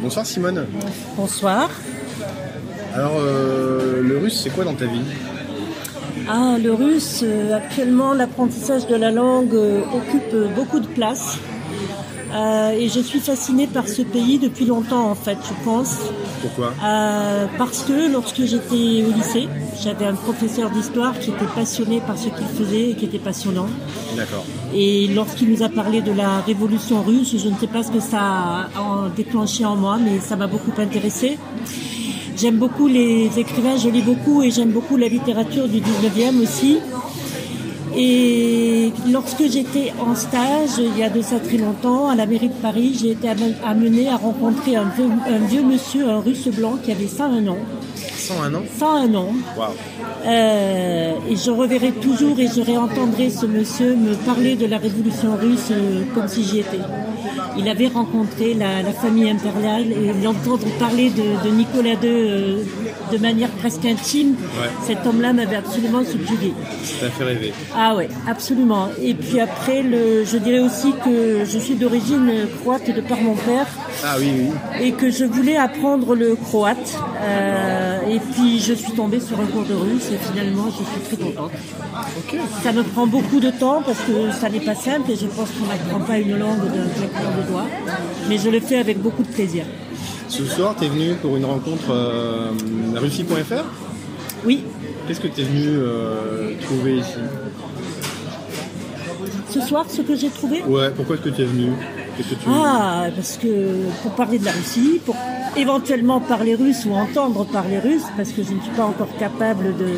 Bonsoir Simone. Bonsoir. Alors, euh, le russe, c'est quoi dans ta vie Ah, le russe, euh, actuellement, l'apprentissage de la langue euh, occupe euh, beaucoup de place. Euh, et je suis fascinée par ce pays depuis longtemps, en fait, je pense. Pourquoi Euh, parce que lorsque j'étais au lycée, j'avais un professeur d'histoire qui était passionné par ce qu'il faisait et qui était passionnant. D'accord. Et lorsqu'il nous a parlé de la révolution russe, je ne sais pas ce que ça a en- déclenché en moi, mais ça m'a beaucoup intéressé. J'aime beaucoup les écrivains, je lis beaucoup et j'aime beaucoup la littérature du 19e aussi. Et lorsque j'étais en stage, il y a de ça très longtemps, à la mairie de Paris, j'ai été amen- amenée à rencontrer un vieux, un vieux monsieur, un russe blanc qui avait 101 ans. 101 ans 101 ans. Waouh. Euh, et je reverrai toujours et je réentendrai ce monsieur me parler de la révolution russe euh, comme si j'y étais. Il avait rencontré la, la famille impériale et l'entendre parler de, de Nicolas II euh, de manière presque intime, Ouais. cet homme-là m'avait absolument subjuguée. Ça fait rêver. Ah ouais, absolument. Et puis après, le, je dirais aussi que je suis d'origine croate de par mon père Ah oui, oui. et que je voulais apprendre le croate. Euh, et puis je suis tombée sur un cours de russe et finalement je suis très contente. Ça me prend beaucoup de temps parce que ça n'est pas simple et je pense qu'on n'apprend pas une langue d'un claquement de doigts. Mais je le fais avec beaucoup de plaisir. Ce soir, t'es venu pour une rencontre euh, à Russie.fr Oui, Qu'est-ce que t'es venu euh, trouver ici ce soir, ce que j'ai trouvé Ouais, pourquoi est-ce que t'es venu Qu'est-ce que tu... Ah, parce que pour parler de la Russie, pour éventuellement parler russe ou entendre parler russe, parce que je ne suis pas encore capable de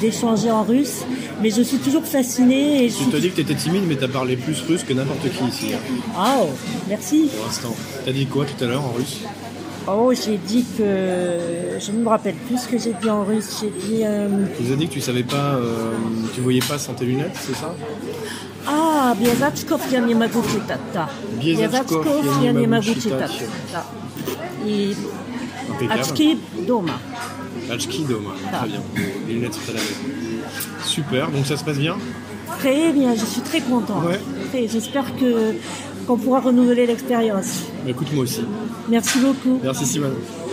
d'échanger en russe, mais je suis toujours fascinée et je Tu t'as suis... dit que t'étais timide, mais t'as parlé plus russe que n'importe qui ici, hein, Ah, oh, merci. pour l'instant. T'as dit quoi tout à l'heure en russe Oh, j'ai dit que... Je ne me rappelle plus ce que j'ai dit en russe. J'ai dit... euh, Tu nous as dit que tu savais pas, euh, tu voyais pas sans tes lunettes, c'est ça Ah, Biazaczkov, я не могу читать. да. Biazaczkov, Biazaczkov, я не могу читать. да. И Impeccable. очки дома. Hachki Doma, Ah. très bien. Les lunettes sont à la maison. Super, donc ça se passe bien Très bien, je suis très contente. Ouais. Et J'espère que qu'on pourra renouveler l'expérience. Bah, Écoute, moi aussi. Merci beaucoup. Merci Simone.